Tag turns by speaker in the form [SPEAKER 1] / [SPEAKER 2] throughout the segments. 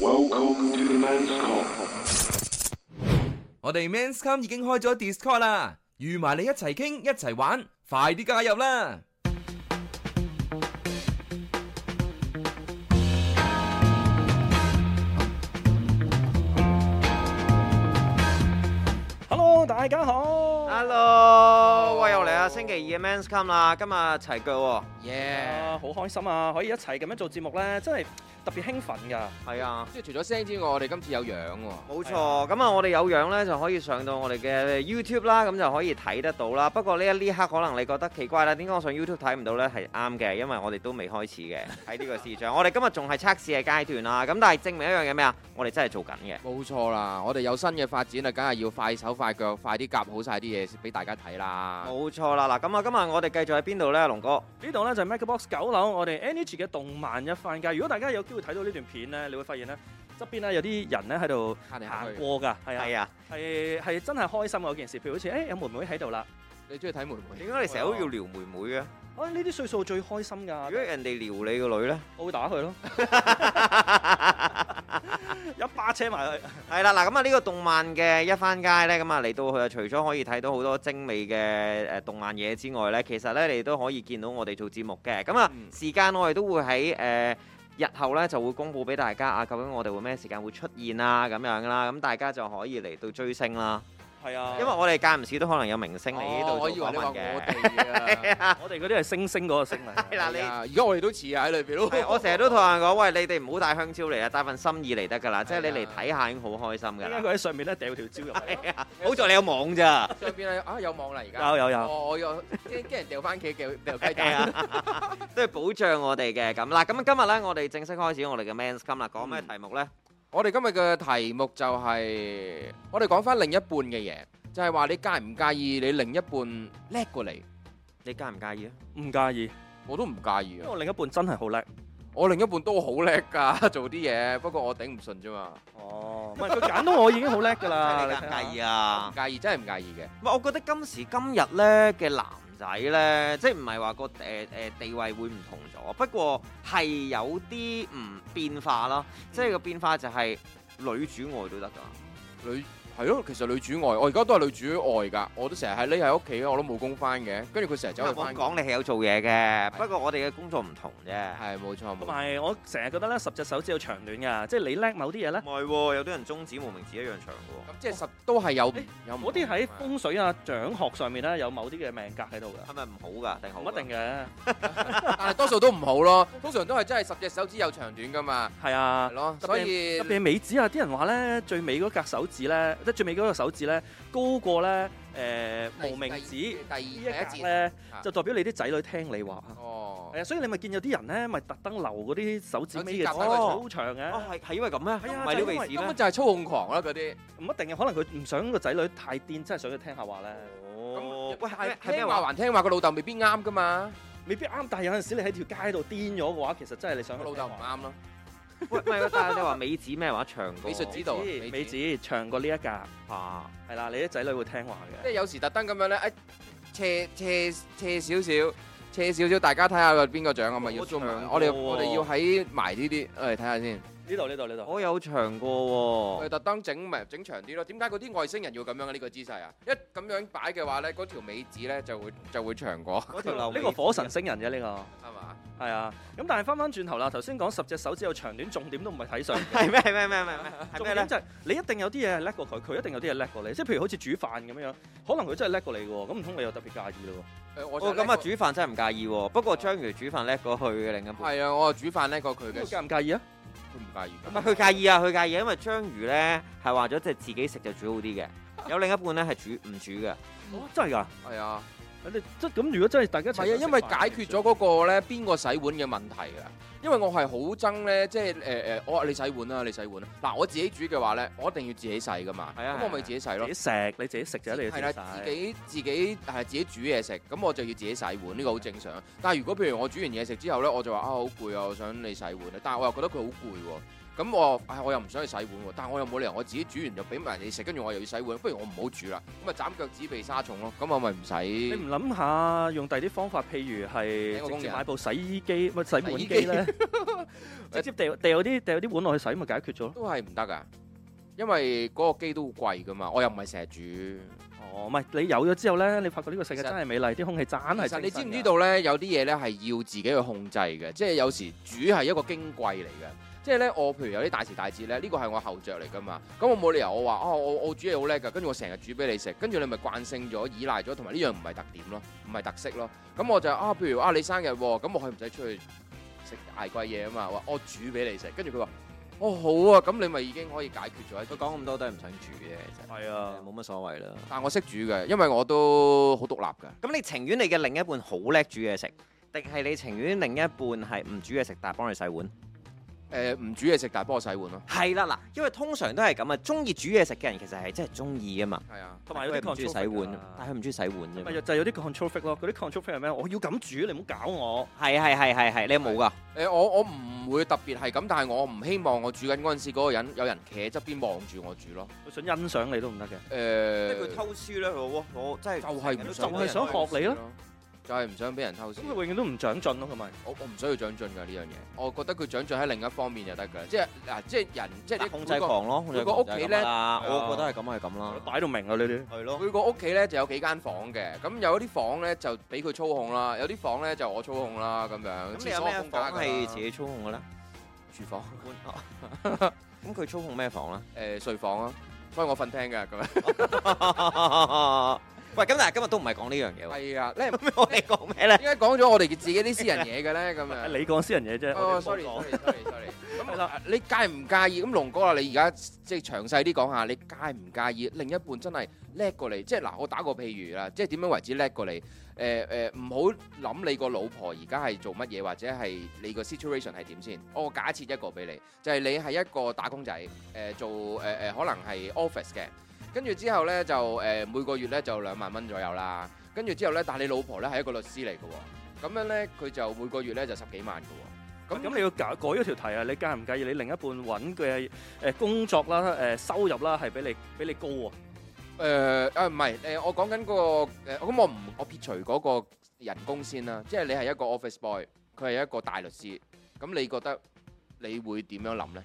[SPEAKER 1] Welcome to the man's call.
[SPEAKER 2] 我哋 Men's Come 已經開咗 Discord 啦，預埋你一齊傾一齊玩，快啲加入啦！
[SPEAKER 3] Hello，大家好。
[SPEAKER 4] Hello，喂，又嚟啊！星期二嘅 Men's Come 啦，今日齊腳喎，
[SPEAKER 3] 啊，好開心啊！可以一齊咁樣做節目咧，真係特別興奮㗎。
[SPEAKER 4] 係啊，
[SPEAKER 5] 即係除咗聲之外，我哋今次有樣喎。
[SPEAKER 4] 冇錯。咁啊，我哋有樣咧就可以上到我哋嘅 YouTube 啦，咁就可以睇得到啦。不過呢一呢刻可能你覺得奇怪啦，點解我上 YouTube 睇唔到咧？係啱嘅，因為我哋都未開始嘅喺呢個視像。我哋今日仲係測試嘅階段啦，咁但係證明一樣嘢咩啊？我哋真係做緊嘅。
[SPEAKER 5] 冇錯啦，我哋有新嘅發展啊，梗係要快手快腳，快啲夾好晒啲嘢先俾大家睇啦。
[SPEAKER 4] 冇錯啦，嗱，咁啊，今日我哋繼續喺邊度咧，龍哥？
[SPEAKER 3] 呢度咧就係 MacBox 九樓，我哋 Energy 嘅動漫一番街。如果大家有機會睇到呢段片咧，你會發現咧側邊咧有啲人咧喺度
[SPEAKER 5] 慳嚟
[SPEAKER 3] 行
[SPEAKER 5] 慳去，
[SPEAKER 3] 過㗎，係啊，
[SPEAKER 4] 係啊，
[SPEAKER 3] 係係真係開心嘅嗰件事。譬如好似誒、哎有妹妹喺度啦，
[SPEAKER 5] 你中意睇妹妹？
[SPEAKER 4] 點解你成日都要撩妹妹嘅？
[SPEAKER 3] 啊呢啲歲數最開心㗎。
[SPEAKER 4] 如果人哋撩你個女咧？
[SPEAKER 3] 我會打佢咯， 一巴車埋去。
[SPEAKER 4] 係啦，嗱咁啊，呢個動漫嘅一番街呢，咁啊嚟到佢啊，除咗可以睇到好多精美嘅誒動漫嘢之外呢，其實呢，你都可以見到我哋做節目嘅。咁啊，
[SPEAKER 5] 嗯
[SPEAKER 4] 時間我哋都會喺誒、呃日後呢就會公佈俾大家啊，究竟我哋會咩時間會出現啊咁樣啦，咁大家就可以嚟到追星啦。
[SPEAKER 3] 係啊，
[SPEAKER 4] 因為我哋間唔時都可能有明星嚟
[SPEAKER 5] 哦
[SPEAKER 4] 呢度
[SPEAKER 5] 我
[SPEAKER 4] 做
[SPEAKER 5] 以為
[SPEAKER 4] 訪
[SPEAKER 5] 你話
[SPEAKER 4] 問
[SPEAKER 5] 我
[SPEAKER 4] 嘅。
[SPEAKER 5] 哋啊。
[SPEAKER 3] 我哋嗰啲係星星嗰個星嚟㗎。
[SPEAKER 4] 係啦，你
[SPEAKER 5] 係。啊而家我哋都似啊喺裏邊咯。
[SPEAKER 4] 係我成日 都同人講，喂，你哋唔好帶香蕉嚟啊，帶份心意嚟得㗎啦，即係你
[SPEAKER 5] 係
[SPEAKER 4] 嚟
[SPEAKER 5] 啊
[SPEAKER 4] 睇下已經好開心㗎
[SPEAKER 3] 點解
[SPEAKER 4] 啦。
[SPEAKER 3] 佢喺上面咧掉條蕉入嚟？
[SPEAKER 4] 好在你有網咋。
[SPEAKER 5] 上邊咧啊有網啦而家。
[SPEAKER 3] 有有有。
[SPEAKER 5] 我我有驚驚人掉翻企掉掉雞
[SPEAKER 4] 係
[SPEAKER 5] 蛋。
[SPEAKER 4] 啊，都係保障我哋嘅咁啦。咁今日咧，我哋正式開始我哋嘅 Men's Come 啦。講咩題目咧？
[SPEAKER 5] 我哋今日嘅題目就係我哋講翻另一半嘅嘢，就係話你介唔介意你另一半叻過你？
[SPEAKER 4] 你介唔介意啊？
[SPEAKER 3] 唔介意，
[SPEAKER 5] 我都唔介意
[SPEAKER 3] 因為
[SPEAKER 5] 啊。
[SPEAKER 3] 我另一半真係好叻。
[SPEAKER 5] 我另一半都好叻㗎， 做啲嘢，不過我頂唔順啫嘛。
[SPEAKER 3] 哦，唔係佢揀到我已經好叻㗎 啦。
[SPEAKER 4] 你介唔介意啊
[SPEAKER 5] 唔？介意，真係唔介意嘅。
[SPEAKER 4] 唔係，我覺得今時今日咧嘅男仔咧，即係唔係話個誒誒地位會唔同咗，不過係有啲唔變化啦。即係個變化就係女主外都得㗎。
[SPEAKER 5] 女係咯，其實女主外，我而家都係女主外㗎，我都成日係匿喺屋企，我都冇工翻嘅。跟住佢成日走
[SPEAKER 4] 我
[SPEAKER 5] 去翻工，
[SPEAKER 4] 講你係有做嘢嘅，不過我哋嘅工作唔同啫。
[SPEAKER 5] 係冇錯冇
[SPEAKER 3] 同
[SPEAKER 5] 錯。
[SPEAKER 3] 埋我成日覺得咧，十隻手指有長短㗎，即係你叻某啲嘢咧
[SPEAKER 4] 唔，係喎，有啲人中指無名指一樣長㗎
[SPEAKER 5] 咁即係實都係有
[SPEAKER 3] 誒
[SPEAKER 5] 有唔
[SPEAKER 3] 嗰啲喺
[SPEAKER 5] 同㗎
[SPEAKER 3] 風水啊、掌學上面咧有某啲嘅命格喺度
[SPEAKER 4] 喎，
[SPEAKER 3] 㗎，
[SPEAKER 4] 係咪唔好㗎定好？啊
[SPEAKER 3] 唔一定嘅。
[SPEAKER 5] 但係多數都唔好咯。通常都係真係十隻手指有長短㗎嘛，
[SPEAKER 3] 係
[SPEAKER 5] 係
[SPEAKER 3] 啊，
[SPEAKER 5] 咯。
[SPEAKER 3] 特別
[SPEAKER 5] 所以
[SPEAKER 3] 特別係尾指啊，啲人話咧最尾嗰格手指咧，即係最尾嗰個手指咧高過咧誒無名指
[SPEAKER 5] 第
[SPEAKER 3] 呢
[SPEAKER 5] 二第
[SPEAKER 3] 一
[SPEAKER 5] 一
[SPEAKER 3] 格
[SPEAKER 5] 節
[SPEAKER 3] 咧
[SPEAKER 5] 啊，
[SPEAKER 3] 就代表你啲仔女聽你話啊。
[SPEAKER 5] 哦
[SPEAKER 3] 係，啊，所以你咪見有啲人咧，咪特登留嗰啲手指尾嘅
[SPEAKER 5] 手指甲
[SPEAKER 3] 好長嘅。
[SPEAKER 4] 哦，係係因為咁咩？
[SPEAKER 3] 啊係啊
[SPEAKER 4] 唔係呢
[SPEAKER 3] 就係因
[SPEAKER 4] 回
[SPEAKER 3] 為
[SPEAKER 4] 事
[SPEAKER 5] 根
[SPEAKER 4] 咩
[SPEAKER 5] 本？就係操控狂啦嗰啲。
[SPEAKER 3] 唔一定嘅，可能佢唔想個仔女太癲，真係想佢聽下話咧，
[SPEAKER 4] 哦，喂，係咩
[SPEAKER 5] 啊係
[SPEAKER 4] 係咩
[SPEAKER 5] 聽話
[SPEAKER 4] 話？
[SPEAKER 5] 還聽話，個老豆未必啱㗎嘛，
[SPEAKER 3] 未必啱。但係有陣時你喺條街度癲咗嘅話，其實真係
[SPEAKER 4] 哦
[SPEAKER 3] 你想
[SPEAKER 5] 個
[SPEAKER 3] 佢
[SPEAKER 5] 老
[SPEAKER 3] 聽
[SPEAKER 5] 豆唔
[SPEAKER 3] 話
[SPEAKER 5] 啱咯。
[SPEAKER 4] 喂，唔係，但係你話美指咩話長過
[SPEAKER 5] 美術指導
[SPEAKER 3] 尾指尾
[SPEAKER 5] 美指
[SPEAKER 3] 指長過呢一格，係
[SPEAKER 4] 啊？
[SPEAKER 3] 啦，你啲仔女會聽話
[SPEAKER 5] 即
[SPEAKER 3] 嘅。
[SPEAKER 5] 係有時特登咁樣咧，誒斜斜斜少少，斜少少，大家睇下個邊個獎啊嘛，要
[SPEAKER 4] 哦我
[SPEAKER 5] zoom 埋
[SPEAKER 4] 長
[SPEAKER 5] 我哋
[SPEAKER 4] 過喎哦
[SPEAKER 5] 我哋要喺埋呢啲，我哋睇下先。
[SPEAKER 3] 呢度呢度呢度，
[SPEAKER 4] 我有長過
[SPEAKER 5] 我哋
[SPEAKER 4] 喎。
[SPEAKER 5] 特登整埋整長啲咯。點解嗰啲外星人要咁樣嘅呢個姿勢啊？一咁樣擺嘅話咧，嗰條尾指咧就會就會長過，
[SPEAKER 4] 嗰條流
[SPEAKER 3] 呢個火神星人啫，呢
[SPEAKER 5] 係嘛？
[SPEAKER 3] 個係啊。咁但係翻翻轉頭啦，頭先講十隻手指有長短，重點都唔係睇上嘅。
[SPEAKER 4] 係咩？係咩？咩咩咩？係
[SPEAKER 3] 重點
[SPEAKER 4] 咩咧？
[SPEAKER 3] 就係你一定有啲嘢係叻過佢，佢一定有啲嘢叻過你。即係譬如好似煮飯咁樣，可能佢真係叻過你嘅喎，咁唔通你又特別介意咯？
[SPEAKER 5] 誒我就
[SPEAKER 4] 哦，咁啊，
[SPEAKER 5] 叻過
[SPEAKER 4] 煮飯真係唔介意喎。不過章魚煮飯叻過佢嘅另一半。
[SPEAKER 5] 係啊，我啊煮飯叻過佢嘅，佢
[SPEAKER 3] 咁佢介唔介意啊？
[SPEAKER 5] 唔介意
[SPEAKER 4] 唔
[SPEAKER 5] 㗎。
[SPEAKER 4] 係佢介意啊，佢介意，因為章魚咧係話咗即係自己食就煮好啲嘅，有另一半咧係煮唔煮嘅。
[SPEAKER 3] 哦真係㗎！
[SPEAKER 5] 係啊，
[SPEAKER 3] 你即咁，如果真係大家一
[SPEAKER 5] 唔係
[SPEAKER 3] 齊
[SPEAKER 5] 啊，
[SPEAKER 3] 食飯
[SPEAKER 5] 因為解決咗嗰個咧邊個洗碗嘅問題啊。因為我係好憎咧，即係誒誒，我話你洗碗啊啦，你洗碗啦。嗱，我自己煮嘅話咧，我一定要自己洗㗎嘛。
[SPEAKER 4] 係啊
[SPEAKER 5] 咁我咪自己洗咯
[SPEAKER 3] 自己。食，你自己食就你
[SPEAKER 5] 係啦，自己自己係自己煮嘢食，咁我就要自己洗碗，呢、個好正常。但係如果譬如我煮完嘢食之後呢，我就話啊好攰啊，我想你洗碗啊，但係我又覺得佢好攰喎。咁我唉我又唔想去洗碗喎，但我又冇理由我自己煮完就俾埋你食，跟住我又要洗碗，不如我唔好煮啦，咁咪啊斬腳趾避沙蟲咯，咁我咪唔
[SPEAKER 3] 你
[SPEAKER 5] 使
[SPEAKER 3] 唔諗下用第啲方法，譬如
[SPEAKER 5] 請個
[SPEAKER 3] 係
[SPEAKER 5] 工
[SPEAKER 3] 直接
[SPEAKER 5] 人
[SPEAKER 3] 買部洗衣機，咪洗碗
[SPEAKER 5] 洗衣
[SPEAKER 3] 機
[SPEAKER 5] 機
[SPEAKER 3] 咧， 直接掉掉啲掉啲碗落去洗，咪解決咗咯。
[SPEAKER 5] 都係唔得噶，因為嗰個機都好貴噶嘛，我又唔係成日煮。
[SPEAKER 3] 哦，唔係你有咗之後咧，你發覺呢個世界
[SPEAKER 5] 其實
[SPEAKER 3] 真係美麗，啲空氣真係
[SPEAKER 5] 其實
[SPEAKER 3] 清
[SPEAKER 5] 你知
[SPEAKER 3] 新
[SPEAKER 5] 唔
[SPEAKER 3] 㗎
[SPEAKER 5] 知？道咧？有啲嘢咧係要自己去控制嘅，即係有時煮係一個矜貴嚟嘅。即係咧，我譬如有啲大時大節咧，呢個係我後着嚟噶嘛。咁我冇理由我話哦，我我煮嘢好叻㗎，跟住我成日煮俾你食，跟住你咪慣性咗、依賴咗，同埋呢樣唔係特點咯，唔係特色咯。咁我就啊，譬如啊，你生日喎，咁我可以唔使出去食捱貴嘢啊嘛。我話我煮俾你食，跟住佢話哦好啊，咁你咪已經可以解決咗一
[SPEAKER 4] 佢講咁多都係唔想煮嘅，其實
[SPEAKER 3] 係啊，
[SPEAKER 4] 冇乜所謂啦。
[SPEAKER 5] 但我識煮嘅，因為我都好獨立㗎。
[SPEAKER 4] 咁你情願你嘅另一半好叻煮嘢食，定係你情願另一半係唔煮嘢食，但係幫你洗碗？
[SPEAKER 5] 誒、唔煮嘢食，但係幫我洗碗咯。
[SPEAKER 4] 係啦，嗱，因為通常都係咁啊，中意煮嘢食嘅人其實係真係中意啊嘛，
[SPEAKER 5] 係啊。
[SPEAKER 3] 同埋有
[SPEAKER 4] 佢
[SPEAKER 3] 啲
[SPEAKER 4] 係唔中
[SPEAKER 3] control
[SPEAKER 4] 意洗
[SPEAKER 3] freak
[SPEAKER 4] 碗啊
[SPEAKER 3] 㗎，
[SPEAKER 4] 但係佢唔中意洗碗啫
[SPEAKER 3] 咪
[SPEAKER 4] 嘛。
[SPEAKER 3] 就就有啲 control freak 咯，嗰啲 control freak 係咩？我要咁煮，你唔好搞我。
[SPEAKER 4] 係係係係係，你有冇㗎？
[SPEAKER 5] 誒、我我唔會特別係咁，但係我唔希望我煮緊嗰陣時嗰個人有人企喺側邊望住我煮咯。
[SPEAKER 3] 佢想欣賞你都唔得嘅。
[SPEAKER 5] 誒、
[SPEAKER 4] 書咧，我我真
[SPEAKER 5] 就係唔想
[SPEAKER 4] 啊
[SPEAKER 3] 就係想
[SPEAKER 5] 俾人
[SPEAKER 3] 學你
[SPEAKER 5] 偷
[SPEAKER 3] 咯
[SPEAKER 5] 笑，就係唔想俾人偷笑
[SPEAKER 3] 咁。佢永遠都唔長進咯，佢咪
[SPEAKER 5] 我我唔需要長進㗎呢樣嘢，我覺得佢長進喺另一方面就得㗎，即係嗱、即係人即係你
[SPEAKER 4] 控制狂咯，控制狂就係咁啦。
[SPEAKER 5] 如果
[SPEAKER 3] 啊
[SPEAKER 4] 我
[SPEAKER 5] 屋企呢
[SPEAKER 4] 覺得係咁係咁啦，
[SPEAKER 3] 擺到明啊！你哋
[SPEAKER 4] 係咯。
[SPEAKER 5] 每個屋企咧就有幾間房嘅，咁有啲房咧就俾佢操控啦，有啲房咧就我操控啦咁樣。
[SPEAKER 4] 咁你有咩房
[SPEAKER 3] 啊
[SPEAKER 4] 係
[SPEAKER 5] 係
[SPEAKER 4] 自己操控嘅咧？
[SPEAKER 5] 啊廚房？誒、
[SPEAKER 4] 咁佢操控咩房咧？
[SPEAKER 5] 睡房啊，所以我瞓廳㗎咁樣。
[SPEAKER 4] 喂，咁但係今日都唔係講呢樣嘢喎，
[SPEAKER 5] 係啊，咧 點
[SPEAKER 4] 我哋講咩咧？
[SPEAKER 5] 解講咗我哋自己啲私人嘢嘅咧咁 樣？
[SPEAKER 3] 你講私人嘢啫。
[SPEAKER 5] 哦
[SPEAKER 3] 我哋冇
[SPEAKER 5] ，sorry
[SPEAKER 3] 講
[SPEAKER 5] sorry sorry sorry。
[SPEAKER 3] 係
[SPEAKER 5] 咁
[SPEAKER 3] 啦
[SPEAKER 5] 啊，你介唔介意？咁龍哥啊，你而家即係詳細啲講下，你介唔介意另一半真係叻過你？即係嗱，我打個譬如啦，即係點樣為之叻過你？誒誒，唔好諗你個老婆而家係做乜嘢，或者係你個 situation 係點先。我假設一個俾你，就係你係一個打工仔，誒做誒誒可能係 office 嘅，跟住之後咧就誒每個月咧就兩萬蚊左右啦。跟住之後咧，但係你老婆咧係一個律師嚟嘅喎，咁樣咧佢就每個月咧就十幾萬嘅喎。
[SPEAKER 3] 咁咁你要改改咗條題啊！你介唔介意你另一半揾嘅誒工作啦、誒、收入啦，係比你比你高啊？
[SPEAKER 5] 誒啊唔係誒，我講緊嗰個誒，咁我唔我撇除嗰個人工先啦，即係你係一個 office boy，佢係一個大律師，咁你覺得你會點樣諗咧？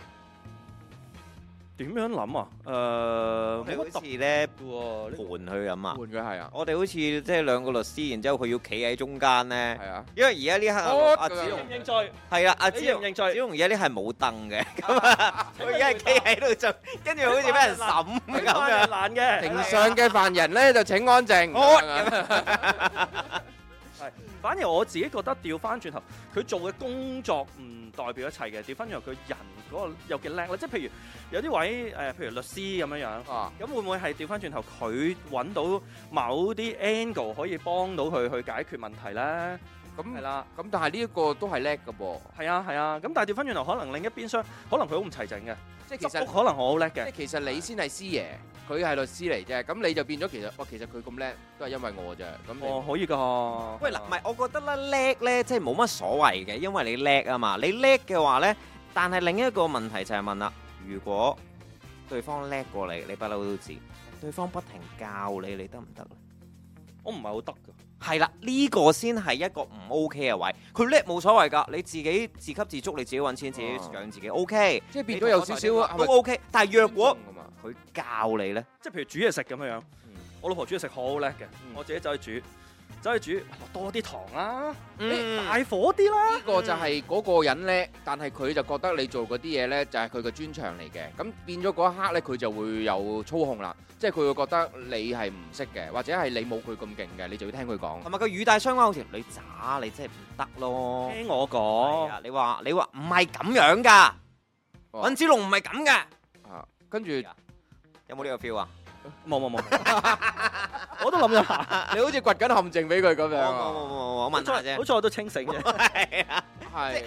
[SPEAKER 3] 點樣諗啊？誒、
[SPEAKER 4] 我
[SPEAKER 3] 冇
[SPEAKER 4] 哋
[SPEAKER 3] 乜特
[SPEAKER 4] 好似咧
[SPEAKER 3] 別喎。
[SPEAKER 4] 盤
[SPEAKER 3] 呢
[SPEAKER 4] 佢咁啊
[SPEAKER 5] 換！佢係啊，
[SPEAKER 4] 我哋好似即係兩個律師，然之後佢要企喺中間咧，
[SPEAKER 5] 係啊，
[SPEAKER 4] 因為而家呢刻
[SPEAKER 5] 哦
[SPEAKER 4] 阿阿子
[SPEAKER 5] 咁
[SPEAKER 4] 龍
[SPEAKER 5] 樣
[SPEAKER 3] 認唔認罪？
[SPEAKER 4] 係啦，阿子
[SPEAKER 3] 你認唔
[SPEAKER 4] 龍
[SPEAKER 3] 認
[SPEAKER 4] 子
[SPEAKER 3] 罪？
[SPEAKER 4] 龍而家呢係冇凳嘅，佢而家係企喺度做，跟住好似俾人審咁樣。
[SPEAKER 3] 難嘅。
[SPEAKER 5] 庭上嘅犯人咧就請安靜。
[SPEAKER 4] 我
[SPEAKER 5] 咁樣
[SPEAKER 3] 反而我自己覺得調翻轉頭，佢做嘅工作唔代表一切嘅。調翻轉頭，佢人嗰個有幾叻咧？即係譬如有啲位誒、譬如律師咁樣樣，
[SPEAKER 5] 啊
[SPEAKER 3] 咁會唔會係調翻轉頭佢揾到某啲 angle 可以幫到佢去解決問題咧？係
[SPEAKER 5] 咁
[SPEAKER 3] 啦，
[SPEAKER 5] 咁，但係呢一個都係叻嘅噃，
[SPEAKER 3] 係啊，係啊。咁但係調翻轉頭，可能另一邊廂，可能佢好唔齊整嘅，
[SPEAKER 5] 即係其
[SPEAKER 3] 執
[SPEAKER 5] 實
[SPEAKER 3] 屋可能我好叻
[SPEAKER 5] 即
[SPEAKER 3] 嘅
[SPEAKER 5] 係。其實你先係師爺，佢係律師嚟啫，咁你就變咗其實哇，其實佢咁叻都係因為我啫，咁你
[SPEAKER 3] 哦，可以㗎。
[SPEAKER 4] 喂，嗱，唔係，我覺得咧叻咧，即係冇乜所謂嘅，因為你叻啊嘛。你叻嘅話咧，但係另一個問題就係問啦，如果對方叻過你，你不嬲都知，對方不停教你，你得唔得咧？
[SPEAKER 3] 我唔係好得㗎。
[SPEAKER 4] 係啦，呢、個先係一個唔 OK 嘅位。佢叻冇所謂㗎，你自己自給自足，你自己揾錢，自己養自己 OK。
[SPEAKER 5] 即係嗯變咗有少少係
[SPEAKER 4] 都
[SPEAKER 5] 咪嗯
[SPEAKER 4] OK，但係若果
[SPEAKER 5] 尊重㗎嘛
[SPEAKER 4] 佢教你咧，
[SPEAKER 3] 即係譬如煮嘢食咁樣樣
[SPEAKER 5] 嗯，
[SPEAKER 3] 我老婆煮嘢食好叻嘅，
[SPEAKER 4] 嗯
[SPEAKER 3] 我自己走去煮，走去煮落多啲糖啦，
[SPEAKER 5] 嗯
[SPEAKER 4] 嗯
[SPEAKER 3] 大火啲啦。
[SPEAKER 5] 呢個就係嗰個人呢，但係佢就覺得你做嗰啲嘢呢，就係佢嘅專長嚟嘅，咁變咗嗰一刻呢，佢就會有操控啦，即係佢會覺得你係唔識嘅，或者係你冇佢咁勁嘅，你就要聽佢講。
[SPEAKER 4] 同埋個語帶相關好似你渣，你真係唔得咯。
[SPEAKER 3] 聽我
[SPEAKER 4] 係
[SPEAKER 3] 講，
[SPEAKER 4] 啊，你話你話唔係咁樣㗎，
[SPEAKER 5] 哦
[SPEAKER 4] 尹子龍唔係咁㗎，
[SPEAKER 5] 啊，跟住
[SPEAKER 4] 有冇呢個 feel 啊？
[SPEAKER 3] 冇冇冇， 我都諗咗下，
[SPEAKER 5] 你好似掘緊陷阱俾佢咁樣
[SPEAKER 4] 冇冇
[SPEAKER 5] 啊，
[SPEAKER 4] 冇冇，我問下啫
[SPEAKER 3] 好。彩我都清醒嘅。
[SPEAKER 5] 係
[SPEAKER 4] 即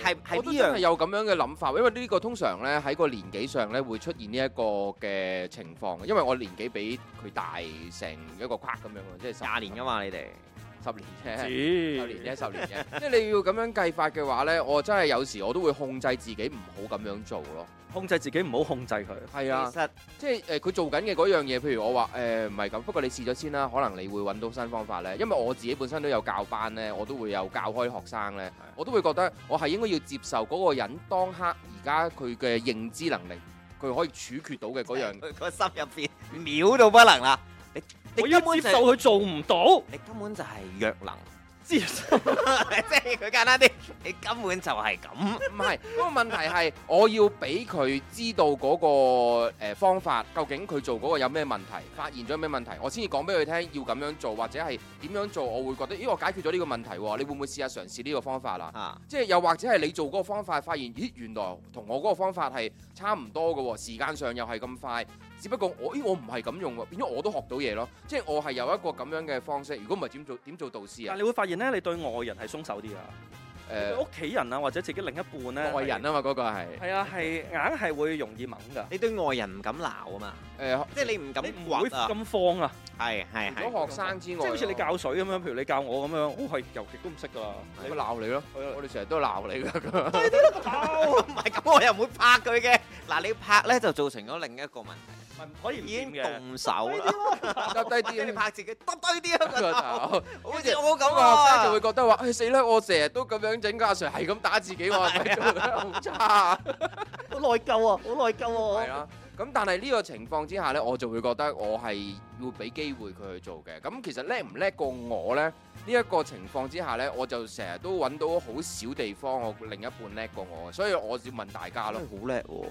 [SPEAKER 4] 係係
[SPEAKER 5] 我都
[SPEAKER 4] 呢
[SPEAKER 5] 真
[SPEAKER 4] 樣
[SPEAKER 5] 係有咁樣嘅諗法，因為呢個通常呢，喺個年紀上呢，會出現呢一個嘅情況，因為我年紀比佢大成一個框咁樣啊，即係十
[SPEAKER 4] 廿年㗎嘛，你哋
[SPEAKER 5] 十年啫。
[SPEAKER 3] 咦
[SPEAKER 5] 十年啫，十年啫。 即係你要咁樣計法嘅話咧，我真係有時我都會控制自己唔好咁樣做咯。
[SPEAKER 3] 控制自己唔好控制佢。
[SPEAKER 5] 係啊，即係誒佢做緊嘅嗰樣嘢，譬如我話誒唔係咁，不過你試咗先啦，可能你會揾到新方法咧。因為我自己本身都有教班咧，我都會有教開學生咧，我都會覺得我係應該要接受嗰個人當刻而家佢嘅認知能力，佢可以處決到嘅嗰樣。
[SPEAKER 4] 佢個心入邊秒到不能啦！你
[SPEAKER 3] 我
[SPEAKER 4] 你
[SPEAKER 3] 要
[SPEAKER 4] 根本
[SPEAKER 3] 接
[SPEAKER 4] 就
[SPEAKER 3] 受佢做唔到，
[SPEAKER 4] 你根本就係啊弱能，
[SPEAKER 3] 接 受
[SPEAKER 4] 即係佢簡單啲，你根本就係咁。
[SPEAKER 5] 唔係，嗰個問題係我要俾佢知道嗰、個、呃、方法，究竟佢做嗰個有咩問題，發現咗咩問題，我先至講俾佢聽要咁樣做，或者係點樣做，我會覺得咦，我解決咗呢個問題喎，你會唔會試下嘗試呢個方法啊？
[SPEAKER 4] 啊！
[SPEAKER 5] 即係又或者係你做嗰個方法，發現咦原來同我嗰個方法係差唔多嘅喎，時間上又係咁快，只不過我咦我唔係咁用喎，變咗我都學到嘢咯。即係我係有一個咁樣嘅方式，如果唔係點做點做導師
[SPEAKER 3] 但
[SPEAKER 5] 啊？
[SPEAKER 3] 你會發現咧，你對外人係鬆手啲啊，
[SPEAKER 5] 誒、
[SPEAKER 3] 對屋企人啊或者自己另一半咧，
[SPEAKER 5] 外人啊嘛嗰、個係
[SPEAKER 3] 係啊係硬係會容易猛㗎，
[SPEAKER 4] 你對外人唔敢鬧啊嘛，
[SPEAKER 5] 誒，
[SPEAKER 4] 即係你唔敢
[SPEAKER 3] 你唔會
[SPEAKER 4] 掘啊，
[SPEAKER 3] 咁放啊，
[SPEAKER 4] 係係
[SPEAKER 5] 除
[SPEAKER 4] 係。
[SPEAKER 5] 咗學 生之
[SPEAKER 3] 即
[SPEAKER 5] 外，
[SPEAKER 3] 係好似你教水咁樣，譬如你教我咁樣，我係游極都唔識㗎啦，
[SPEAKER 5] 我咪鬧你咯，我哋成日都鬧你 噶咁樣。
[SPEAKER 4] 唔係咁，我又唔會拍佢嘅。嗱，你拍咧就造成咗另一個問題，
[SPEAKER 3] 係唔可以唔
[SPEAKER 4] 已經
[SPEAKER 3] 掂嘅。
[SPEAKER 4] 動手啦，
[SPEAKER 5] 耷低
[SPEAKER 4] 或者你
[SPEAKER 5] 啲
[SPEAKER 4] 拍自己耷低啲啊
[SPEAKER 5] 個
[SPEAKER 4] 個頭，
[SPEAKER 5] 頭，
[SPEAKER 4] 好似我咁
[SPEAKER 5] 個學生就
[SPEAKER 4] 啊
[SPEAKER 5] 會。覺得話：，哎唉死啦！我成日都咁樣整，個阿 Sir 係咁打自己，我係咪做得好差啊？
[SPEAKER 4] 好內疚啊，好內疚
[SPEAKER 5] 係啦。咁但係呢個情況之下呢，我就會覺得我係要俾機會佢去做嘅。咁其實叻唔叻過我呢？呢、一個情況之下呢，我就成日都揾到好少地方我另一半叻過我，所以我要問大家咯。
[SPEAKER 4] 好叻喎！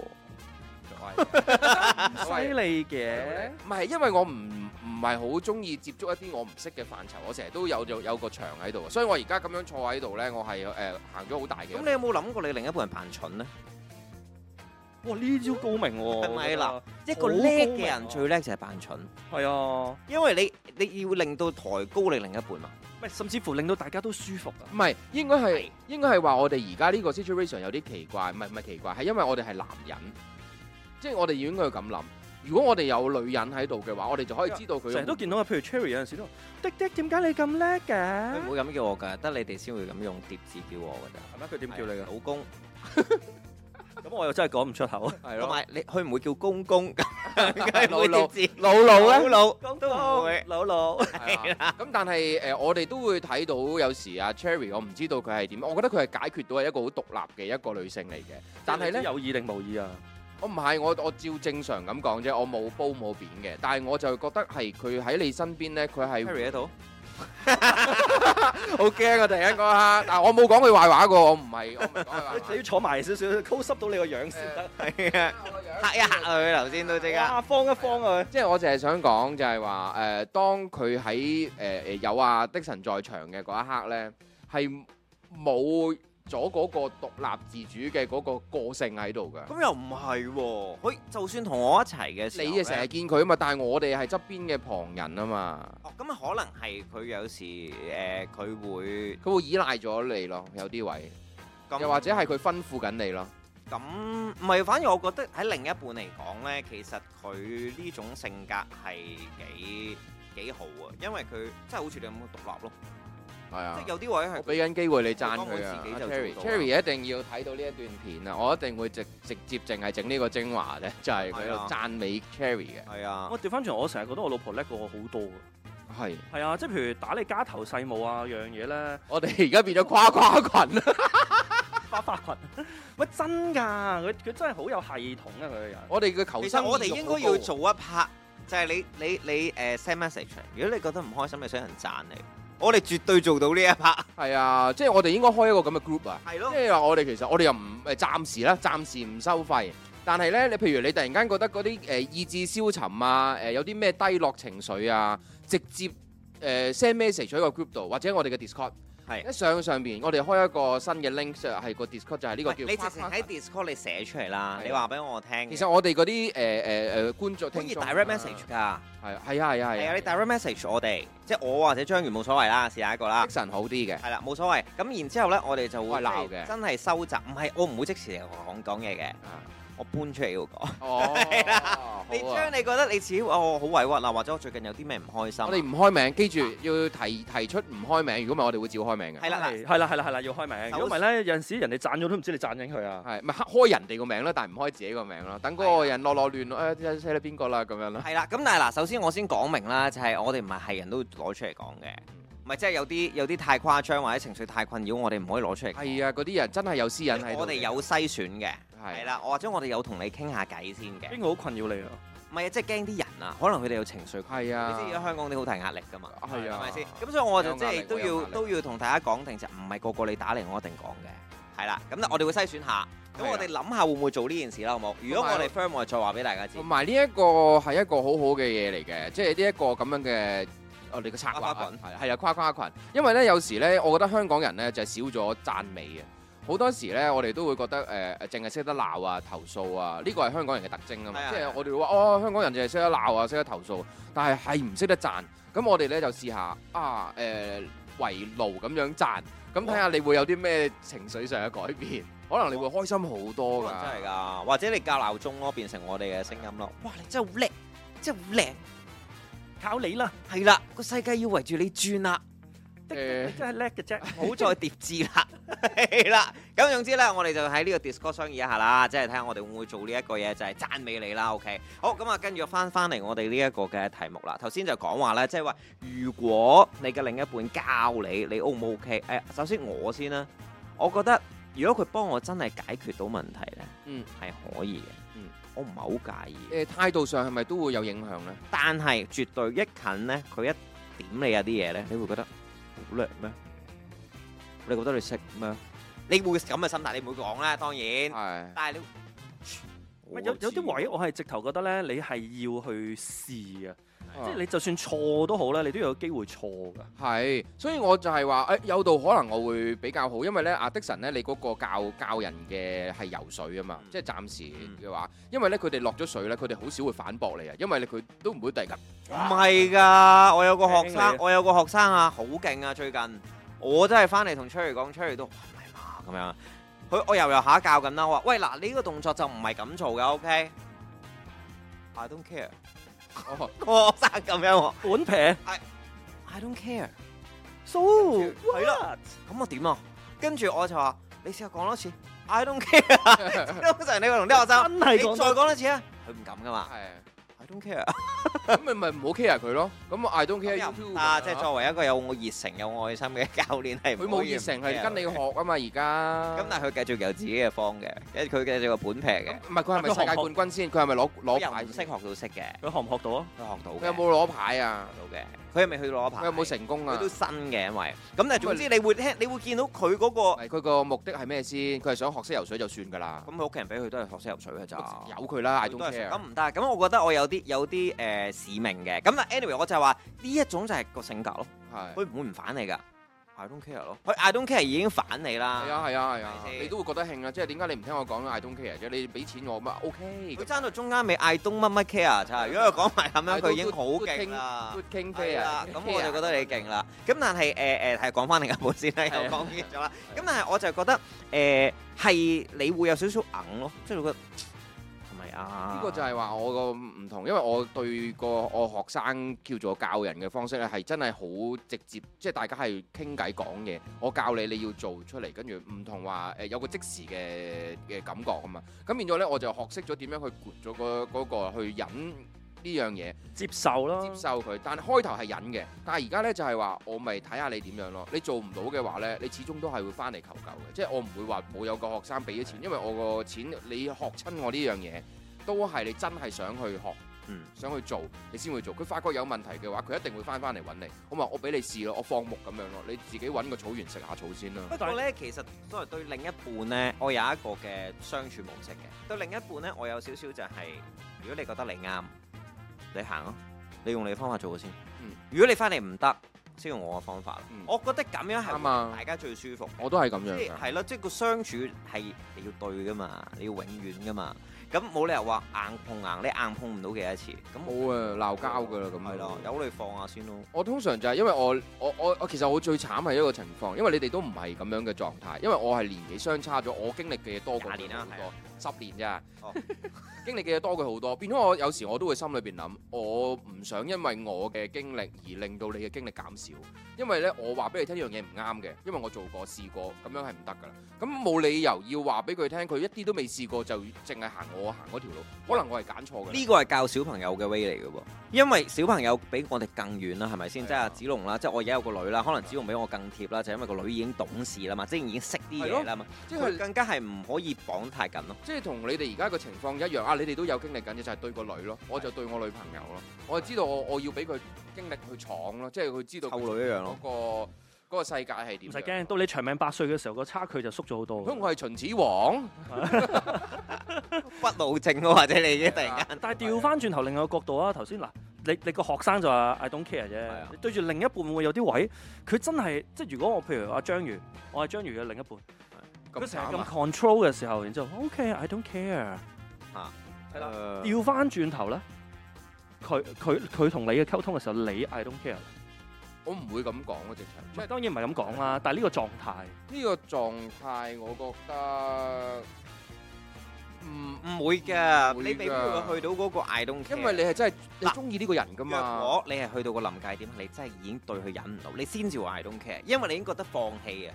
[SPEAKER 3] 犀利嘅，
[SPEAKER 5] 唔係，因為我唔唔係好中意接觸一啲我唔識嘅範疇，我成日都有有有個牆喺度，所以我而家咁樣坐喺度呢，我係誒、呃行咗好大嘅。
[SPEAKER 4] 咁你有冇諗過你另一半係扮蠢咧？
[SPEAKER 3] 哇呢招高明喎，
[SPEAKER 4] 係咪啦？一
[SPEAKER 3] 好高
[SPEAKER 4] 個叻嘅
[SPEAKER 3] 明啊
[SPEAKER 4] 人最叻就係扮蠢，
[SPEAKER 3] 係啊，
[SPEAKER 4] 因為你你要令到抬高你另一半嘛。
[SPEAKER 3] 唔係甚至乎令到大家都舒服啊。
[SPEAKER 5] 唔係，應該係應該係話我哋而家呢個 situation 有啲奇怪，唔係唔係奇怪，係因為我哋係男人，即係我哋應該要咁諗。如果我哋有女人喺度嘅話，我哋就可以知道佢
[SPEAKER 3] 成日都見到啊，譬如 Cherry 有陣時都話滴滴，點解你咁叻嘅？係
[SPEAKER 4] 佢唔會咁叫我㗎，得你哋先會咁用疊字叫我㗎咋。
[SPEAKER 3] 咩？佢點叫你
[SPEAKER 4] 老公，
[SPEAKER 3] 㗎？咁我又真係講唔出口。
[SPEAKER 5] 係
[SPEAKER 4] 同
[SPEAKER 5] 咯，
[SPEAKER 4] 埋你佢唔會叫公公，佢唔
[SPEAKER 5] 老
[SPEAKER 4] 會
[SPEAKER 5] 老
[SPEAKER 4] 疊字。
[SPEAKER 5] 老老咧。
[SPEAKER 4] 老
[SPEAKER 3] 講
[SPEAKER 4] 都唔會
[SPEAKER 3] 老老，
[SPEAKER 5] 係啊咁但係誒、呃我哋都會睇到有時啊 Cherry，我唔知道佢係點，我覺得佢係解決到係一個好獨立嘅一個女性嚟嘅。但係呢，
[SPEAKER 3] 有意定無意啊？
[SPEAKER 5] 我唔係我我照正常咁講啫，我冇褒冇貶嘅，但係我就覺得係佢喺你身邊呢，佢係
[SPEAKER 4] Harry 喺度，
[SPEAKER 5] 好驚啊！突然間嗰下，但我冇講佢壞話過，我唔係我唔係講佢壞話
[SPEAKER 3] 你要坐埋少少，溝濕到你個樣先得。
[SPEAKER 4] 係啊，嚇一嚇佢頭先都即刻。
[SPEAKER 3] 啊，放一放佢。
[SPEAKER 5] 即係我淨係想講就係話誒，當佢喺誒誒有啊的神在場嘅嗰一刻咧，係冇咗嗰個獨立自主嘅嗰個個性喺度㗎。
[SPEAKER 4] 咁又唔係喎，佢就算同我一齊嘅時候
[SPEAKER 5] 你
[SPEAKER 4] 咧
[SPEAKER 5] 啊成日見佢啊嘛，但係我哋係側邊嘅旁人啊嘛，
[SPEAKER 4] 哦，咁可能係佢有時誒，佢會
[SPEAKER 5] 佢會依賴咗你咯，有啲位，
[SPEAKER 4] 咁
[SPEAKER 5] 又或者係佢吩咐緊你咯。
[SPEAKER 4] 咁唔係，反而我覺得喺另一半嚟講呢，其實佢呢種性格係幾幾好啊，因為佢真係好似你咁獨立咯，
[SPEAKER 5] 係啊
[SPEAKER 4] 即係。有啲位係
[SPEAKER 5] 我俾緊機會你讚佢啊
[SPEAKER 4] 我幫我自己就做到啦
[SPEAKER 5] Cherry Cherry 一定要睇到呢一段片啊！我一定會直直接淨係整呢個精華咧， 就係佢喺
[SPEAKER 4] 係
[SPEAKER 5] 度
[SPEAKER 4] 啊
[SPEAKER 5] 讚美 Cherry 嘅，
[SPEAKER 4] 係啊，
[SPEAKER 3] 我調翻轉，我成日覺得我老婆叻過我好多㗎。
[SPEAKER 5] 係
[SPEAKER 3] 係啊，即係譬如打你家頭細務啊，樣嘢咧。
[SPEAKER 5] 我哋而家變咗跨跨群啊啦！
[SPEAKER 3] 花花裙，喂真㗎，佢佢真係好有系統啊！佢個人，
[SPEAKER 5] 我哋嘅求
[SPEAKER 4] 其
[SPEAKER 5] 生
[SPEAKER 4] 實
[SPEAKER 5] 意欲
[SPEAKER 4] 我哋應該
[SPEAKER 5] 好
[SPEAKER 4] 要
[SPEAKER 5] 高啊
[SPEAKER 4] 做一 part，就係你你你誒 send message，如果你覺得唔開心，你想人讚你，我哋絕對做到呢一 part。
[SPEAKER 5] 係啊，即係我哋應該開一個咁嘅 group 啊！
[SPEAKER 4] 係
[SPEAKER 5] 即，係話我哋其實我哋又唔誒暫時啦，暫時唔收費。但係咧，你譬如你突然間覺得嗰啲誒意志消沉啊，誒、有啲咩低落情緒啊，直接誒 send message 喺個 group 度，或者我哋嘅 Discord
[SPEAKER 4] 係
[SPEAKER 5] 一上上邊，我哋開一個新嘅 link，就係個 Discord 就係呢個叫
[SPEAKER 4] 你直
[SPEAKER 5] 跨
[SPEAKER 4] 情
[SPEAKER 5] 跨
[SPEAKER 4] 喺 Discord 你寫出嚟啦
[SPEAKER 5] 係，啊
[SPEAKER 4] 你話俾我聽嘅。
[SPEAKER 5] 其實我哋嗰啲誒誒誒觀眾
[SPEAKER 4] 可
[SPEAKER 5] 聽
[SPEAKER 4] 以
[SPEAKER 5] 眾啊
[SPEAKER 4] direct message 㗎，
[SPEAKER 5] 係啊係啊係啊
[SPEAKER 4] 係啊，你
[SPEAKER 5] 係啊
[SPEAKER 4] direct message 我哋，即係我或者章魚冇所謂啦，試下一個啦。
[SPEAKER 5] ，action 啊好啲嘅，
[SPEAKER 4] 係啦，冇所謂。咁然之後咧，我哋就會
[SPEAKER 5] 我係鬧
[SPEAKER 4] 即
[SPEAKER 5] 嘅
[SPEAKER 4] 係真係收集，唔係我唔會即時同佢講講嘢嘅。
[SPEAKER 5] 啊
[SPEAKER 4] 我搬出嚟嗰個。
[SPEAKER 5] 哦，好啊
[SPEAKER 4] 你將你覺得你自己哦好委屈啊，或者我最近有啲咩唔開心啊，
[SPEAKER 5] 我哋唔開名，記住要提提出唔開名，如果唔係我哋會照開名嘅。
[SPEAKER 4] 係啦
[SPEAKER 3] 係
[SPEAKER 4] 嗱。
[SPEAKER 3] 係啦係啦係啦，要開名。
[SPEAKER 4] 首
[SPEAKER 3] 如果唔係咧，有陣時人哋讚咗都唔知你讚緊佢啊。
[SPEAKER 5] 係咪開人哋個名啦，但係唔啊開自己個名咯。等嗰個人落落亂，誒寫到邊個啦咁 樣啦。
[SPEAKER 4] 係啦，咁但係嗱，首先我先講明啦，就係、我哋唔係係人都攞出嚟講嘅，唔係即係有啲有啲太誇張或者情緒太困擾，我哋唔可以攞出嚟講。
[SPEAKER 5] 係啊，嗰啲人真係有私隱喺度嘅。
[SPEAKER 4] 我哋有篩選嘅，係
[SPEAKER 5] 係
[SPEAKER 4] 啦，或者我哋有同你傾下偈先嘅，
[SPEAKER 3] 邊個好困擾你啊？
[SPEAKER 4] 唔係啊，即係驚啲人啊，可能佢哋有情緒困擾。
[SPEAKER 5] 係啊，
[SPEAKER 4] 你知而家香港啲好大壓力㗎嘛，
[SPEAKER 5] 係
[SPEAKER 4] 係
[SPEAKER 5] 啊，
[SPEAKER 4] 咪先？咁所以我就
[SPEAKER 5] 有
[SPEAKER 4] 即
[SPEAKER 5] 壓力
[SPEAKER 4] 係都
[SPEAKER 5] 會有
[SPEAKER 4] 要
[SPEAKER 5] 壓力
[SPEAKER 4] 都要同大家講定就唔係個個你打嚟我一定講嘅，係啦。咁啊我哋會篩選下，
[SPEAKER 5] 係
[SPEAKER 4] 咁
[SPEAKER 5] 啊
[SPEAKER 4] 我哋諗下會唔會做呢件事啦，好冇？如果我哋 firm，我哋再話俾大家知
[SPEAKER 5] 同。埋呢一個係一個好好嘅嘢嚟嘅，即係呢一個咁樣嘅我哋嘅策劃
[SPEAKER 4] 跨跨
[SPEAKER 5] 啊
[SPEAKER 4] 群
[SPEAKER 5] 係係啊跨跨群，因為咧有時咧，我覺得香港人咧就係少咗讚美嘅。好多時咧，我哋都會覺得誒淨係識得鬧啊、投訴啊，呢個係香港人嘅特徵啊嘛
[SPEAKER 4] 係啊。
[SPEAKER 5] 即
[SPEAKER 4] 係
[SPEAKER 5] 係
[SPEAKER 4] 啊
[SPEAKER 5] 我哋會話哦，香港人淨係識得鬧啊、識得投訴，但係係唔識得讚。咁我哋咧就試下啊誒圍爐咁樣讚，咁睇下
[SPEAKER 4] 哦
[SPEAKER 5] 你會有啲咩情緒上嘅改變，可能你會開心好多㗎。
[SPEAKER 4] 真係㗎，或者你教鬧鐘咯，變成我哋嘅聲音咯。哇！你真係好叻，真係好靚。
[SPEAKER 3] 靠你啦，
[SPEAKER 4] 係啦，個世界要圍住你轉啦，
[SPEAKER 5] 誒
[SPEAKER 3] 你真係叻嘅啫。
[SPEAKER 4] 唔好再疊字啦。係啦，咁總之咧，我哋就喺呢個 Discord 商議一下啦，即係睇下我哋會唔會做呢一個嘢，就係讚美你啦。OK，好咁啊，跟住翻翻嚟我哋呢一個嘅題目啦。頭先就講話咧，即係話如果你嘅另一半教你，你 O 唔 OK？誒、首先我先啦，我覺得如果佢幫我真係解決到問題咧，
[SPEAKER 5] 嗯，
[SPEAKER 4] 係可以嘅，
[SPEAKER 5] 嗯，
[SPEAKER 4] 我唔係好介意。
[SPEAKER 5] 誒態度上係咪都會有影響咧？
[SPEAKER 4] 但係絕對一近咧，佢一點你有啲嘢咧，你會覺得好叻咩？你覺得你識咩？你會咁嘅心態，你唔會講啦，當然。
[SPEAKER 5] 係。
[SPEAKER 4] 但係你
[SPEAKER 3] 喂有有啲位我係直頭覺得咧，你係要去試嘅，
[SPEAKER 5] 啊
[SPEAKER 3] 即係你就算錯都好啦，你都有機會錯㗎。
[SPEAKER 5] 嗯係，所以我就係話，誒、有度可能我會比較好，因為咧阿迪神咧，你嗰個教教人嘅係游水啊嘛，
[SPEAKER 4] 嗯
[SPEAKER 5] 即係暫時
[SPEAKER 4] 嗯
[SPEAKER 5] 嘅話，因為咧佢哋落咗水咧，佢哋好少會反駁你啊，因為你佢都唔會 突然間
[SPEAKER 4] 唔係㗎，我有個學
[SPEAKER 3] 聽你嘅，
[SPEAKER 4] 生我有個學生啊，好勁啊！最近我真係翻嚟同 Cherry 講，Cherry 都哇唔係嘛咁樣。佢我又又下教緊啦，我話喂嗱，你呢個動作就唔係咁做㗎，OK？I don't care，
[SPEAKER 5] 哦，
[SPEAKER 4] 我學生咁樣喎
[SPEAKER 3] 本平
[SPEAKER 4] ，I don't care。
[SPEAKER 3] ，so
[SPEAKER 4] 係啦咁我點啊？跟住我就話：你試下講多次，I don't care 啊。通常你會同啲學生，
[SPEAKER 3] 真係
[SPEAKER 4] 你
[SPEAKER 3] 講
[SPEAKER 4] 再講多次啊！佢唔敢噶嘛
[SPEAKER 5] 係，
[SPEAKER 4] ，I don't care
[SPEAKER 5] 咁咪咪唔好 care 佢咯，咁 I don't
[SPEAKER 4] 咁
[SPEAKER 5] care 啊
[SPEAKER 4] 又
[SPEAKER 5] you too
[SPEAKER 4] 唔得，即係
[SPEAKER 5] 咁樣
[SPEAKER 4] 作為一個有熱誠、有愛心嘅教練係
[SPEAKER 5] 佢
[SPEAKER 4] 唔可
[SPEAKER 5] 冇
[SPEAKER 4] 以
[SPEAKER 5] 熱誠
[SPEAKER 4] 唔 care
[SPEAKER 5] 係跟你學啊嘛，而家
[SPEAKER 4] 咁但係佢繼續有自己嘅方嘅，跟住佢繼續有本皮嘅，
[SPEAKER 5] 唔係佢係咪
[SPEAKER 3] 佢
[SPEAKER 5] 世
[SPEAKER 3] 學
[SPEAKER 5] 界
[SPEAKER 3] 唔
[SPEAKER 5] 冠軍先？佢係咪攞
[SPEAKER 4] 我
[SPEAKER 5] 攞
[SPEAKER 4] 又
[SPEAKER 5] 牌
[SPEAKER 4] 唔識學
[SPEAKER 5] 先？
[SPEAKER 4] 到識嘅，
[SPEAKER 3] 佢學唔學到啊？
[SPEAKER 4] 佢學到
[SPEAKER 5] 佢
[SPEAKER 4] 嘅，
[SPEAKER 5] 有冇攞牌啊？
[SPEAKER 4] 學到嘅？佢係咪去攞牌？
[SPEAKER 5] 佢有冇？成功
[SPEAKER 4] 佢
[SPEAKER 5] 啊
[SPEAKER 4] 都？新嘅，因為咁但係總之你會聽，你會見到佢嗰個
[SPEAKER 5] 唔係佢個目的係咩先？佢係想學識游水就算㗎啦，
[SPEAKER 4] 咁，佢屋企人俾佢都係學識游水嘅咋。
[SPEAKER 5] 由佢啦，I
[SPEAKER 4] 都
[SPEAKER 5] don't
[SPEAKER 4] 係
[SPEAKER 5] care
[SPEAKER 4] 咁。唔得，咁我覺得我有啲有啲誒、呃使命嘅。咁啊，anyway，我就係話呢一種就係個性格咯，
[SPEAKER 5] 係
[SPEAKER 4] 佢唔會唔反你噶。I don't care 咯，佢 I don't care 已經反你啦。
[SPEAKER 5] 係啊係啊係啊
[SPEAKER 4] 係咪，先
[SPEAKER 5] 你都會覺得興啊！即係點解你唔聽我講咧？I don't care 啫，你俾錢我咁啊 OK 咁。
[SPEAKER 4] 佢爭到中間尾，I don't 乜乜 care 咋。如果佢講埋咁
[SPEAKER 5] I don't
[SPEAKER 4] 樣，佢已經好
[SPEAKER 5] good- good
[SPEAKER 4] 勁啦。
[SPEAKER 5] Good King
[SPEAKER 4] 係
[SPEAKER 5] Fair
[SPEAKER 4] 啦
[SPEAKER 5] 啊，
[SPEAKER 4] 咁我就覺得你勁啦。咁但係誒誒係講翻另一半先啦，
[SPEAKER 5] 係
[SPEAKER 4] 又
[SPEAKER 5] 啊
[SPEAKER 4] 講完咗啦。咁但係我就覺得誒係、你會有少少硬咯，即係你覺得係咪啊？
[SPEAKER 5] 呢個就係話我個唔同，因為我對個我學生叫做教人嘅方式咧，係真係好直接，即係大家係傾偈講嘢。我教你，你要做出嚟，跟住唔同話誒有個即時嘅嘅感覺啊嘛。咁變咗咧，我就學識咗點樣去攰咗個嗰個去忍呢樣嘢。
[SPEAKER 3] 接受啦，
[SPEAKER 5] 接受佢，但係開頭係忍嘅，但係而家呢，就係話我咪睇下你點樣咯。你做唔到嘅話呢，你始終都係會翻嚟求救嘅，即係我唔會話冇有個學生俾咗錢，因為我個錢你學親我呢樣嘢，都係你真係想去學，
[SPEAKER 4] 嗯
[SPEAKER 5] 想去做，你先會做。佢發覺有問題嘅話，佢一定會翻翻嚟揾你。我話我俾你試咯，我放牧咁樣咯，你自己揾個草原食下草先啦。
[SPEAKER 4] 不過咧，其實都係對另一半咧，我有一個嘅相處模式嘅。對另一半咧，我有少少就係、如果你覺得你啱，你行咯，你用你嘅方法做先。
[SPEAKER 5] 嗯
[SPEAKER 4] 如果你翻嚟唔得，即係用我嘅方法啦
[SPEAKER 5] 嗯。
[SPEAKER 4] 我覺得咁樣係
[SPEAKER 5] 啱啊
[SPEAKER 4] 大家最舒服。
[SPEAKER 5] 我都係咁
[SPEAKER 4] 即
[SPEAKER 5] 樣
[SPEAKER 4] 係
[SPEAKER 5] 㗎。
[SPEAKER 4] 係咯，即係個相處係你要對噶嘛，你要永遠噶嘛。咁冇理由話硬碰硬，你硬碰唔到幾多次。咁
[SPEAKER 5] 冇啊，鬧交㗎啦咁。
[SPEAKER 4] 係咯，由你放下先咯。
[SPEAKER 5] 我通常就係因為我我我我其實我最慘係一個情況，因為你哋都唔係咁樣嘅狀態，因為我係年紀相差咗，我經歷嘅嘢多過佢
[SPEAKER 4] 廿年啦係啊
[SPEAKER 5] 好多，十年咋，
[SPEAKER 4] 哦
[SPEAKER 5] 經歷嘅嘢多佢好多，變咗我有時我都會心裏邊諗，我唔想因為我嘅經歷而令到你嘅經歷減少，因為呢，我話俾你聽呢樣嘢唔啱嘅，因為我做過試過，咁樣係唔得㗎啦，咁冇理由要話俾佢聽，佢一啲都未試過就淨係行我行嗰條路，可能我係揀錯㗎啦。
[SPEAKER 4] 呢個係教小朋友嘅 way 嚟嘅喎，因為小朋友比我哋更遠啦，係咪先？
[SPEAKER 5] 係啊
[SPEAKER 4] 即係阿子龍啦，即係我而家有個女啦，可能子龍比我更貼啦，就因為個女已經懂事啦嘛，即係已經識啲嘢啦嘛，
[SPEAKER 5] 即係
[SPEAKER 4] 佢更加係唔可以綁太緊咯。
[SPEAKER 5] 即係同你哋而家個情況一樣啊！你哋都有經歷緊嘅，就係、對個女咯，我就對我女朋友咯。我就知道我我要俾佢經歷去闖咯，即係佢知道
[SPEAKER 4] 溝
[SPEAKER 5] 佢
[SPEAKER 4] 女一樣
[SPEAKER 5] 嗰、
[SPEAKER 4] 咯，
[SPEAKER 5] 個嗰個世界係
[SPEAKER 3] 唔
[SPEAKER 5] 點
[SPEAKER 3] 使
[SPEAKER 5] 樣。
[SPEAKER 3] 驚，到你長命百歲嘅時候，個差距就縮咗好多
[SPEAKER 5] 咁
[SPEAKER 3] 㗎。
[SPEAKER 5] 我係秦始皇，
[SPEAKER 4] 不老症咯，或者你已經突
[SPEAKER 5] 啊
[SPEAKER 4] 然間
[SPEAKER 3] 但係啊調翻轉頭另一個角度啊，頭先嗱，你你個學生就話 I don't care 啫
[SPEAKER 4] 啊，
[SPEAKER 3] 你對住另一半會有啲位，佢真係即係如果我譬如阿章魚，我係章魚嘅另一半，佢
[SPEAKER 5] 咁
[SPEAKER 3] 成日
[SPEAKER 5] 慘
[SPEAKER 3] 咁
[SPEAKER 5] 啊！
[SPEAKER 3] control 嘅時候，然之後 OK，I don't care。係啦
[SPEAKER 4] 呃
[SPEAKER 3] 調翻轉頭咧，佢佢佢同你嘅溝通嘅時候，你 I don't care。
[SPEAKER 5] 我唔會咁講咯，直
[SPEAKER 3] 唔
[SPEAKER 5] 情
[SPEAKER 3] 係
[SPEAKER 5] 即係
[SPEAKER 3] 當然唔係咁講啦，但係呢個狀態
[SPEAKER 5] 呢個狀態，我覺得唔，
[SPEAKER 4] 唔會㗎，
[SPEAKER 5] 唔會㗎
[SPEAKER 4] 你未必會去到嗰個 I don't care。
[SPEAKER 5] 因為你係真係你
[SPEAKER 4] 嗱
[SPEAKER 5] 中意呢個人噶
[SPEAKER 4] 若
[SPEAKER 5] 嘛。
[SPEAKER 4] 果你係去到個臨界點，你真係已經對佢忍唔到，你先至話 I don't care，因為你已經覺得放棄啊。